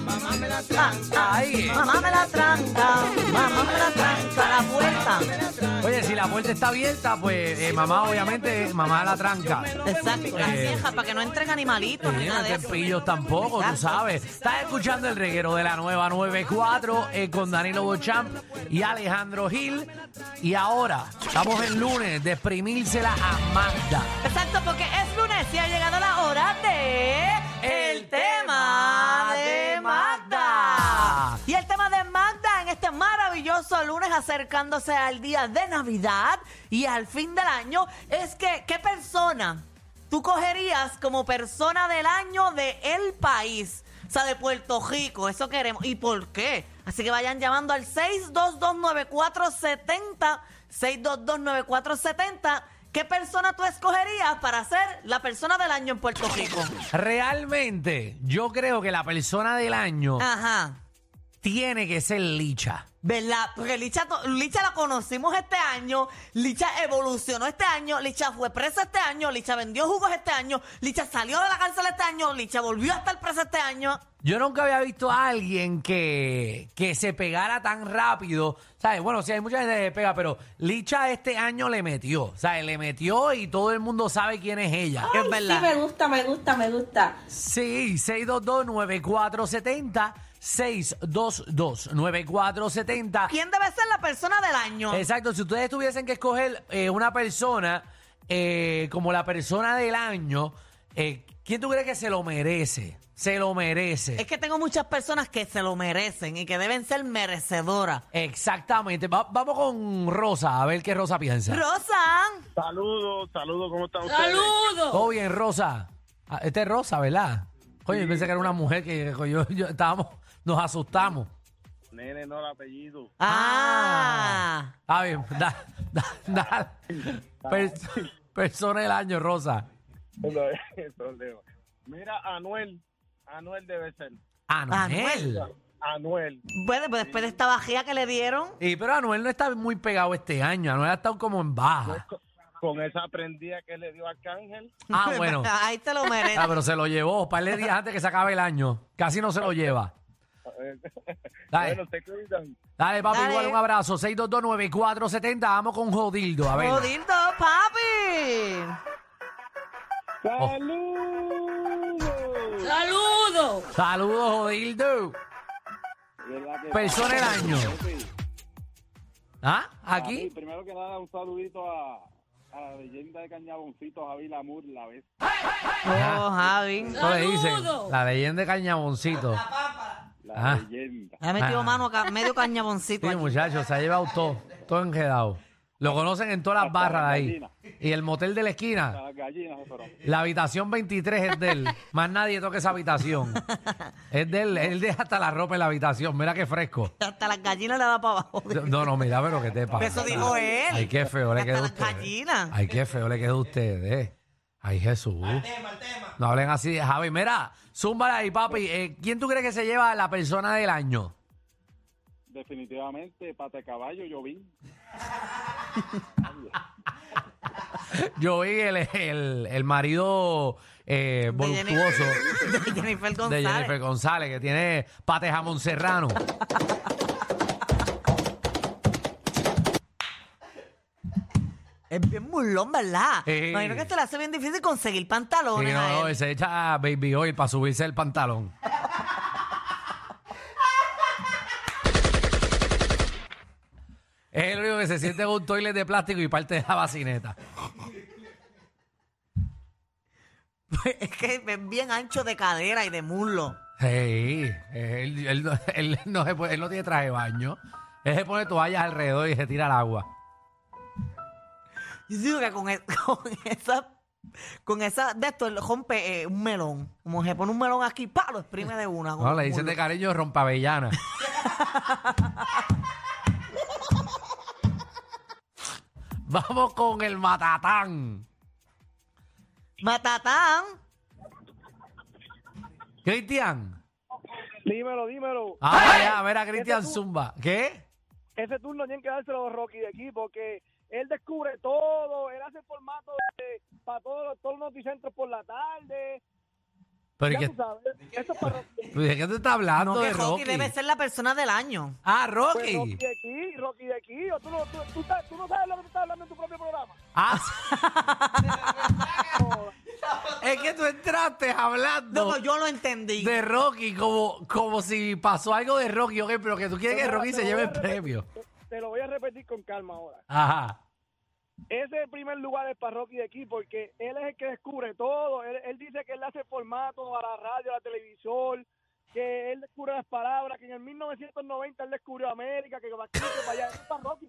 Mamá me la tranca. Mamá me la tranca. Mamá me la tranca. La puerta. Oye, si la puerta está abierta, pues eh, mamá obviamente, mamá la tranca. Exacto. Las viejas, para que no entren animalitos ni Eh, nada de No te eso. pillos tampoco, tú Exacto. sabes. Estás escuchando el reguero de la nueva 94 eh, con Danilo Bochamp y Alejandro Gil. Y ahora, estamos el lunes, de exprimírsela a Magda. Exacto, porque es lunes y ha llegado la hora de. El tema de Magda. Y el tema de Magda en este maravilloso lunes acercándose al día de Navidad y al fin del año es que, ¿qué persona tú cogerías como persona del año de el país? O sea, de Puerto Rico, eso queremos. ¿Y por qué? Así que vayan llamando al 6229470, 6229470. ¿Qué persona tú escogerías para ser la persona del año en Puerto Rico? Realmente, yo creo que la persona del año Ajá. tiene que ser Licha. ¿Verdad? Porque Licha, to- Licha la conocimos este año, Licha evolucionó este año, Licha fue presa este año, Licha vendió jugos este año, Licha salió de la cárcel este año, Licha volvió a estar presa este año. Yo nunca había visto a alguien que, que se pegara tan rápido. ¿Sabes? Bueno, sí, hay mucha gente que se pega, pero Licha este año le metió. ¿Sabes? Le metió y todo el mundo sabe quién es ella. Que es Ay, verdad. Sí, me gusta, me gusta, me gusta. Sí, 622-9470. 622-9470. ¿Quién debe ser la persona del año? Exacto, si ustedes tuviesen que escoger eh, una persona eh, como la persona del año, eh, ¿quién tú crees que se lo merece? Se lo merece. Es que tengo muchas personas que se lo merecen y que deben ser merecedoras. Exactamente. Va- vamos con Rosa, a ver qué Rosa piensa. Rosa, Saludos, saludos, ¿cómo están ustedes? ¡Saludos! Todo bien, Rosa. Ah, Este es Rosa, ¿verdad? Oye, pensé que era una mujer que que yo, yo- estábamos, nos asustamos. Nene, no el apellido. ah, Está bien, da- da- da- per- persona del año, Rosa. No es el problema. Mira, Anuel. Anuel debe ser. Anuel. Anuel. Anuel. bueno, pues después de esta bajía que le dieron, Y, pero Anuel no está muy pegado este año. Anuel ha estado como en baja. Con esa prendida que le dio a Arcángel. Ah, bueno. ahí te lo Ah, mereces. pero se lo llevó. Un par de días antes que se acabe el año. Casi no se lo lleva. Dale. Bueno, se cuidan. Dale, papi, Dale. igual un abrazo. 6229470. Vamos con Jodildo. A ver. Jodildo, papi. ¡Saludos! Ah. ¡Saludos! Saludos, Jodildo. ¿Verdad que- Persona del año. ¿Ah? Sí, ¿Aquí? primero que nada, un saludito a, a la leyenda de Cañaboncito, Javi Lamur, la vez. Ajá. Oh, Javi. Eso le dicen. ¡Saludos! La leyenda de Cañaboncito. La Ah. leyenda. Ha metido Ah. mano a ca- medio cañaboncito. Sí, aquí. muchachos, se ha llevado todo. Todo enredado. Lo conocen en todas las barras de ahí. Y el motel de la esquina. Las gallinas, pero. La habitación 23 es de él. Más nadie toca esa habitación. Es de él. Él deja hasta la ropa en la habitación. Mira qué fresco. Hasta las gallinas le da para abajo. No, no, mira, pero que te pasa. Eso dijo él. Ay, qué feo le Hasta quedó a las ustedes. gallinas. Ay, qué feo le quedó a ustedes. Ay, Jesús. No hablen así de Javi. Mira, zúmbala ahí, papi. Eh, ¿Quién tú crees que se lleva a la persona del año? Definitivamente, pata de caballo, yo vi. Yo vi el, el, el marido eh, De Jennifer- voluptuoso De Jennifer de González. Jennifer González, que tiene pate jamón serrano. Es bien burlón, ¿verdad? Sí. Imagino que se le hace bien difícil conseguir Y pantalones no, a no, él. y se echa baby oil para subirse el pantalón. Es el único que se siente en un toilet de plástico y parte de la bacineta. Es que es bien ancho de cadera y de muslo. Sí, él, él no- él no se puede- él no tiene traje de baño. Él se pone toallas alrededor y se tira el agua. Yo digo que con, e- con esas Con esa, de esto, él rompe eh, un melón. Como se pone un melón aquí, pa, lo exprime de una. con No, un le dicen muslo. de cariño rompavellana. Vamos con el matatán. Matatán. Cristian. Dímelo, dímelo. Ah, ya, mira, Cristian Zumba. ¿Qué? Ese turno tienen que dárselo a Rocky de aquí porque él descubre todo, él hace el formato de, para todos, todos los noticentros por la tarde. ¿Pero Ya ¿y qué, tú sabes, eso es para Rocky. pero ¿de qué te está hablando que de Rocky Rocky? debe ser la persona del año. Ah, Pues Rocky Rocky. de aquí, Rocky de aquí. O tú, no, tú, tú estás- tú no sabes lo que tú estás hablando en tu propio programa. Ah, sí. es que tú entraste hablando. Luego yo lo entendí. de Rocky, como, como si pasó algo de Rocky, ok, pero que tú quieres que Pero Rocky te se lo lleve voy el a repetir. premio. Te lo voy a repetir con calma ahora. Ajá. Ese primer lugar es para Rocky de aquí porque él es el que descubre todo. Él, él dice que él hace formato a la radio, a la televisión, que él descubre las palabras, que en el 1990 él descubrió América, que va aquí, que para allá. Eso es para Rocky.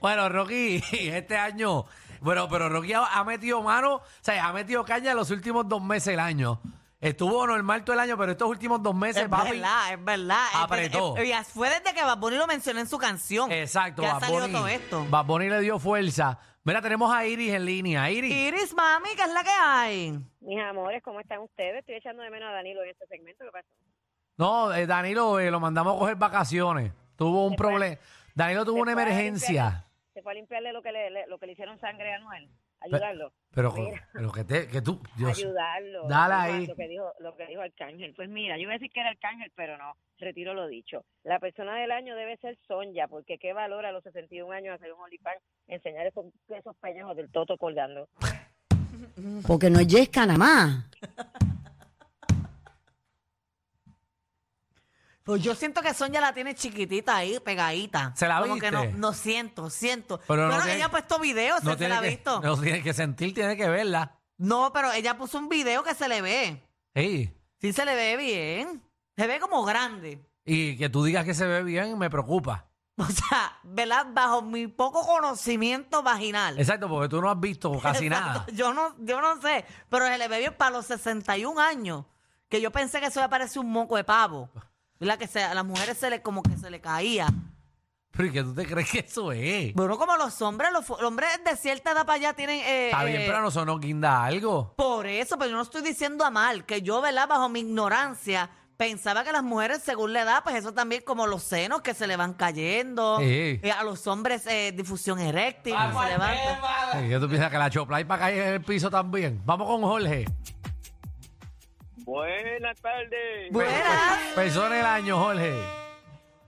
Bueno, Rocky, este año, bueno, pero Rocky ha, ha metido mano, o sea, ha metido caña en los últimos dos meses del año. Estuvo normal todo el año, pero estos últimos dos meses, Es papi, verdad, es verdad. Es- apretó. Eh, es- es- fue desde que Bad Bunny lo mencionó en su canción. Exacto, Que ha Bad salido Bunny- todo esto. Bad Bunny le dio fuerza. Mira, tenemos a Iris en línea. Iris. Iris, mami, ¿qué es la que hay? Mis amores, ¿cómo están ustedes? Estoy echando de menos a Danilo en este segmento. ¿Qué pasó? No, eh, Danilo eh, lo mandamos a coger vacaciones. Tuvo un problema. Danilo tuvo se una fue a limpiar. emergencia. Se fue a limpiarle lo que le, le- lo que le hicieron sangre a Noel. Ayudarlo. Pero, Mira. pero que, te, que tú, Dios. ayudarlo. Dale Lo que- ahí. Lo que dijo, lo que dijo Arcángel. Pues mira, yo iba a decir que era Arcángel, pero no. Retiro lo dicho. La persona del año debe ser Sonja, porque qué valor a los 61 años hacer un olipán, enseñar esos, esos pellejos del toto colgando. Porque no yesca nada más. Pues yo siento que Sonia la tiene chiquitita ahí, pegadita. ¿Se la Como viste? que no, no siento, siento. Pero no bueno, tiene- ella ha puesto videos, no se la ha que, visto. No. no tiene que sentir, tiene que verla. pero ella puso un video que se le ve. Sí. Sí se le ve bien. Se ve como grande. Y que tú digas que se ve bien me preocupa. O sea, ¿verdad? Bajo mi poco conocimiento vaginal. Exacto, porque tú no has visto casi nada. Exacto. Yo no, yo no sé, pero se le ve bien para los 61 años, que yo pensé que eso le parece un moco de pavo. ¿Verdad? Que se- a las mujeres se le como que se le caía. Pero ¿y que tú te crees que eso es? Bueno, como los hombres, los, fu- los hombres de cierta edad para allá tienen... eh, Está bien, eh, pero no sonó guinda algo. Por eso, pero yo no estoy diciendo a mal, que yo, ¿verdad? Bajo mi ignorancia, pensaba que las mujeres, según la edad, pues eso también como los senos que se le van cayendo, Sí. eh, a los hombres eh, difusión eréctil, que se levanta. ¿Y que tú piensas que la chopla hay para caer en el piso también? Vamos con Jorge. Buenas tardes. Buenas. Persona el año, Jorge.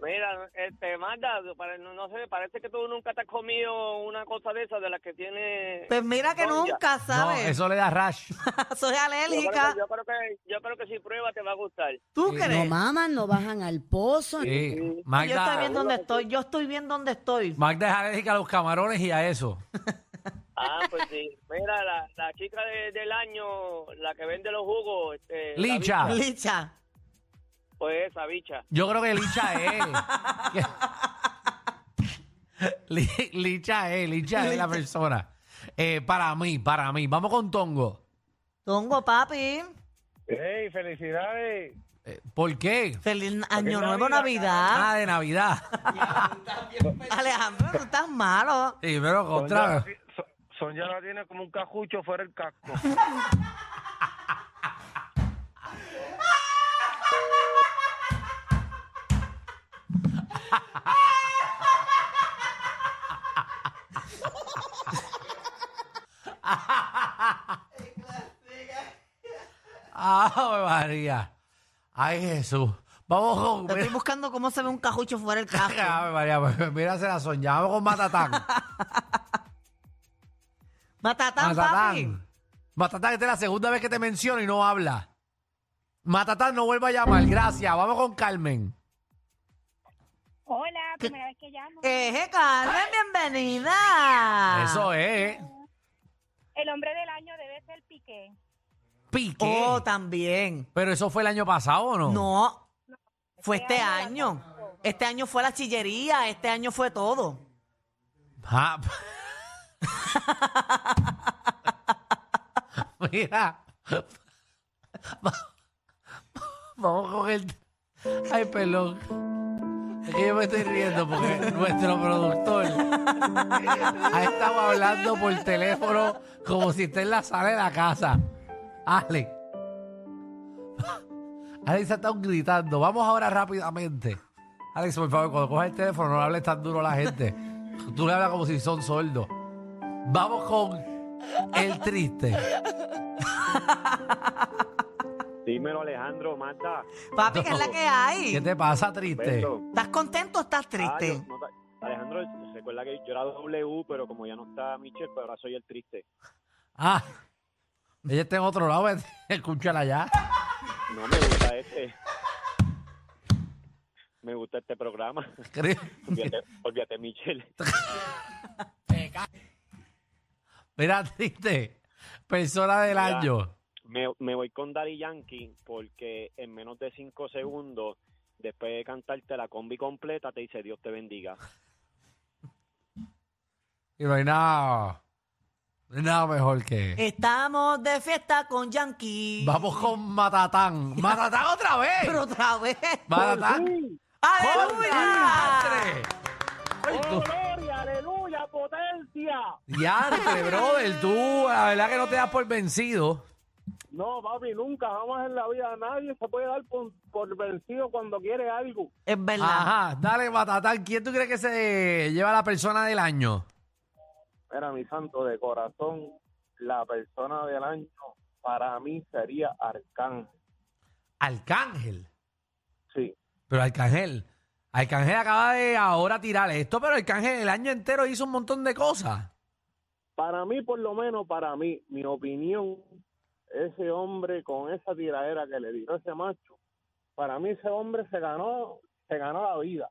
Mira, este, Magda, para- no, no sé, parece que tú nunca te has comido una cosa de esas de las que tiene... Pues mira que Sonia. nunca, ¿sabes? No, eso le da rash. Soy Yo creo, alérgica. que, yo, creo que, yo creo que si prueba te va a gustar. ¿Tú Sí. No crees? maman, no bajan al pozo. Sí. yo estoy bien Magda, donde estoy. Yo estoy bien donde estoy. Magda es alérgica a los camarones y a eso. Ah, pues sí. Mira, la, la chica de- del año, la que vende los jugos. Este, la Licha. bicha, Licha. pues esa bicha. Yo creo que Licha es. Li- Licha es, Licha es la persona. Eh, para mí, para mí. Vamos con Tongo. Tongo, papi. ¡Ey, felicidades! Eh, ¿Por qué? Feliz Año es Nuevo, Navidad. Ah, pues. de Navidad. Alejandro, tú estás malo. Sí, pero contra. Sonia la tiene como un cajucho fuera el casco. Ah, María. Ay, Jesús. Vamos con. Estoy buscando cómo se ve un cajucho fuera del casco. Ave María, pues, mira, se la soña. Vamos con Matatán. Matatán, papi. Matatán. Matatán, esta es la segunda vez que te menciono y no habla. Matatán, no vuelva a llamar. Gracias. Vamos con Carmen. Hola, primera vez que llamo. Eje, Carmen, bienvenida. Eso es. El hombre del año debe ser Piqué. Piqué. Oh, también. Pero eso fue el año pasado, ¿o no? No. Fue este año. Este año fue la chillería. Este año fue todo. Ah, mira. Vamos con el. Ay, perdón. Es que yo me estoy riendo porque nuestro productor ha estado hablando por teléfono como si esté en la sala de la casa. Alex. Alex ha estado gritando. Vamos ahora rápidamente. Alex, por favor, cuando cojas el teléfono no le hables tan duro a la gente. Tú le hablas como si son sordos. Vamos con el triste. Dímelo, Alejandro, Marta. Papi, que es la que hay. ¿Qué te pasa, triste? Beto. ¿Estás contento o estás Ah, triste? yo- no te- Alejandro, recuerda que yo era W, pero como ya no está Michelle, pues ahora soy el triste. Ah, ella está en otro lado, vete, escúchala ya. No me gusta este. Me gusta este programa. Olvídate, olvídate, Michelle. Mira, triste, persona del Ya. año. Me, me voy con Daddy Yankee porque en menos de cinco segundos, después de cantarte la combi completa, te dice Dios te bendiga. Y no hay nada, no hay nada mejor Eh, que... Estamos de fiesta con Yankee. Vamos con Matatán. ¡Matatán otra vez! Pero otra vez. ¡Matatán! ¡Aleluya! ¡Diantre! Ay, tú. ¡Oh, Gloria, aleluya, potencia. Diantre, brother, tú, la verdad que no te das por vencido. No, papi, nunca, jamás en la vida nadie se puede dar por, por vencido cuando quiere algo. Es verdad. Ajá, dale, Matatán. ¿Quién tú crees que se lleva la persona del año? Era mi santo de corazón, la persona del año para mí sería Arcángel. Arcángel. Sí. Pero Arcángel, Arcángel acaba de ahora tirar esto, pero Arcángel el año entero hizo un montón de cosas. Para mí, por lo menos, para mí, mi opinión, ese hombre con esa tiradera que le dio ese macho, para mí ese hombre se ganó, se ganó la vida.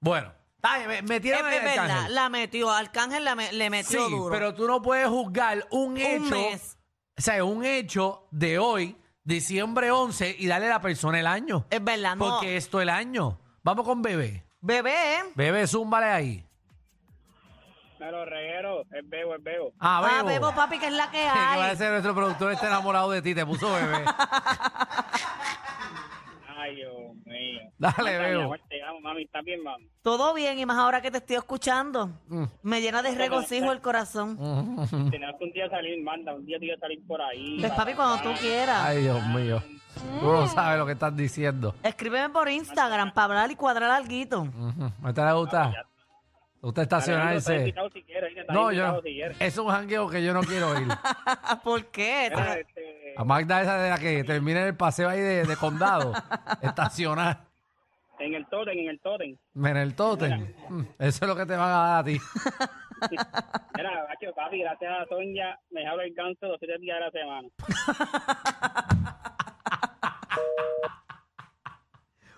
Bueno, está bien, me, me Es tiraron en verdad. Arcángel. La metió. Arcángel la me- le Sí, metió duro. pero tú no puedes juzgar un Un hecho, mes. o sea, un hecho de hoy, diciembre 11, y darle a la persona el año. Es verdad, Ah, no. Porque esto el año. Vamos con Bebé. Bebé, ¿eh? Bebé, zúmbale ahí. Pero reguero, es bebo, es bebo. Ah, Ah, Bebo. Bebo, papi, que es la que Que hay. parece que nuestro productor está enamorado de ti, te puso Bebé. Ay, Dios mío. Dale, Bebo. Te amo, mami, ¿estás bien, mami? Todo bien, y más ahora que te estoy escuchando. Mm. Me llena de regocijo el corazón. Tenemos que un día salir, manda, un día te voy a salir por ahí. Pues, papi, cuando tú quieras. Ay, Dios mío. Tú no sabes lo que estás diciendo. Escríbeme por Instagram para hablar y cuadrar algo. Ujú. ¿A usted le gusta? ¿Usted estacionarse? si quieres, ahí te eh. No, yo no. Es un jangueo que yo no quiero ir. Ah, ¿Por qué? Ah. este, A Magda esa de la que termina en el paseo ahí de, de condado. Estacionar. en el totem, en el totem. En el tótem. Mm, Eso es lo que te van a dar a ti. Mira, macho, papi, gracias a Sonia, me dejaron el ganso los siete días de la semana.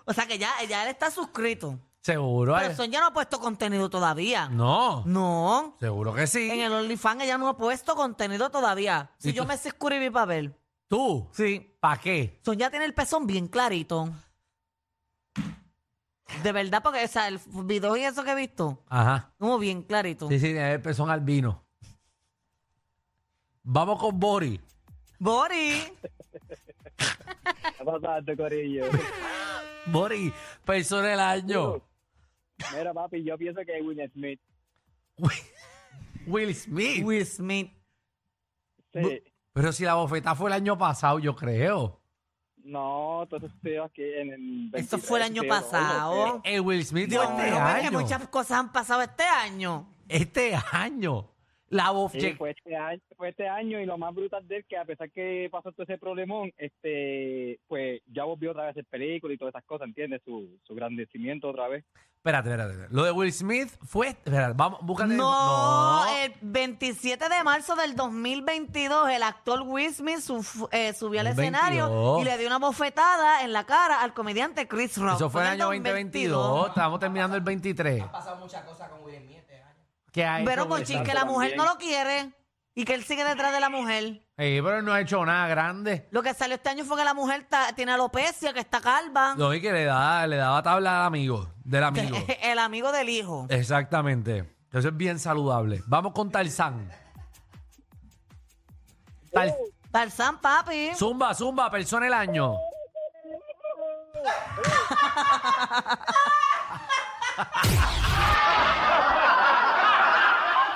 O sea que ya, ya él está suscrito. Seguro. Pero eh. Son ya no ha puesto contenido todavía. No. No. Seguro que En sí. el OnlyFans ella no ha puesto contenido todavía. ¿Y Si yo tú? me suscribí para ver. ¿Tú? Sí. ¿Para qué? Son ya tiene el pezón bien clarito. De verdad, porque o sea, el video y eso que he visto, Ajá. como bien clarito. Sí, pues, sí, el pezón albino. Vamos con Bori. Bori, ¿Qué pasaste, Corillo? Bori, pues, persona del año. Mira, papi, yo pienso que es Will Smith. Will Smith. Will Smith. Sí. Pero si la bofeta fue el año pasado, yo creo. No, entonces estoy aquí en el... Eso fue el año pasado. El Will Smith fue Dios este mío, ves que año. muchas cosas han pasado este año. Este año. La Sí, bofeta. fue este, año, fue este año y lo más brutal de él que a pesar que pasó todo ese problemón, este, pues ya volvió otra vez el película y todas esas cosas, ¿entiendes? Su, su grandecimiento otra vez. Espérate, espérate, espérate. Lo de Will Smith fue. Espérate, vamos, búscate. No, eh, el No. 27 de marzo del 2022 el actor Will Smith suf- eh, subió al El escenario 22. y le dio una bofetada en la cara al comediante Chris Rock. Eso fue el año 2022. 2022. Estábamos terminando el 23. Ha pasado muchas cosas con Will Smith este año. ¿Qué ha hecho Pero Will Pochín, Smith? que la mujer no lo quiere y que él sigue detrás de la mujer. Eh, pero él no ha hecho nada grande. Lo que salió este año fue que la mujer ta- tiene alopecia, que está calva. No, y que le da, le daba tabla al amigo, del amigo. El amigo del hijo. Exactamente. Eso es bien saludable. Vamos con Tarzán. Tar- Tarzán, papi. Zumba, zumba, persona el año.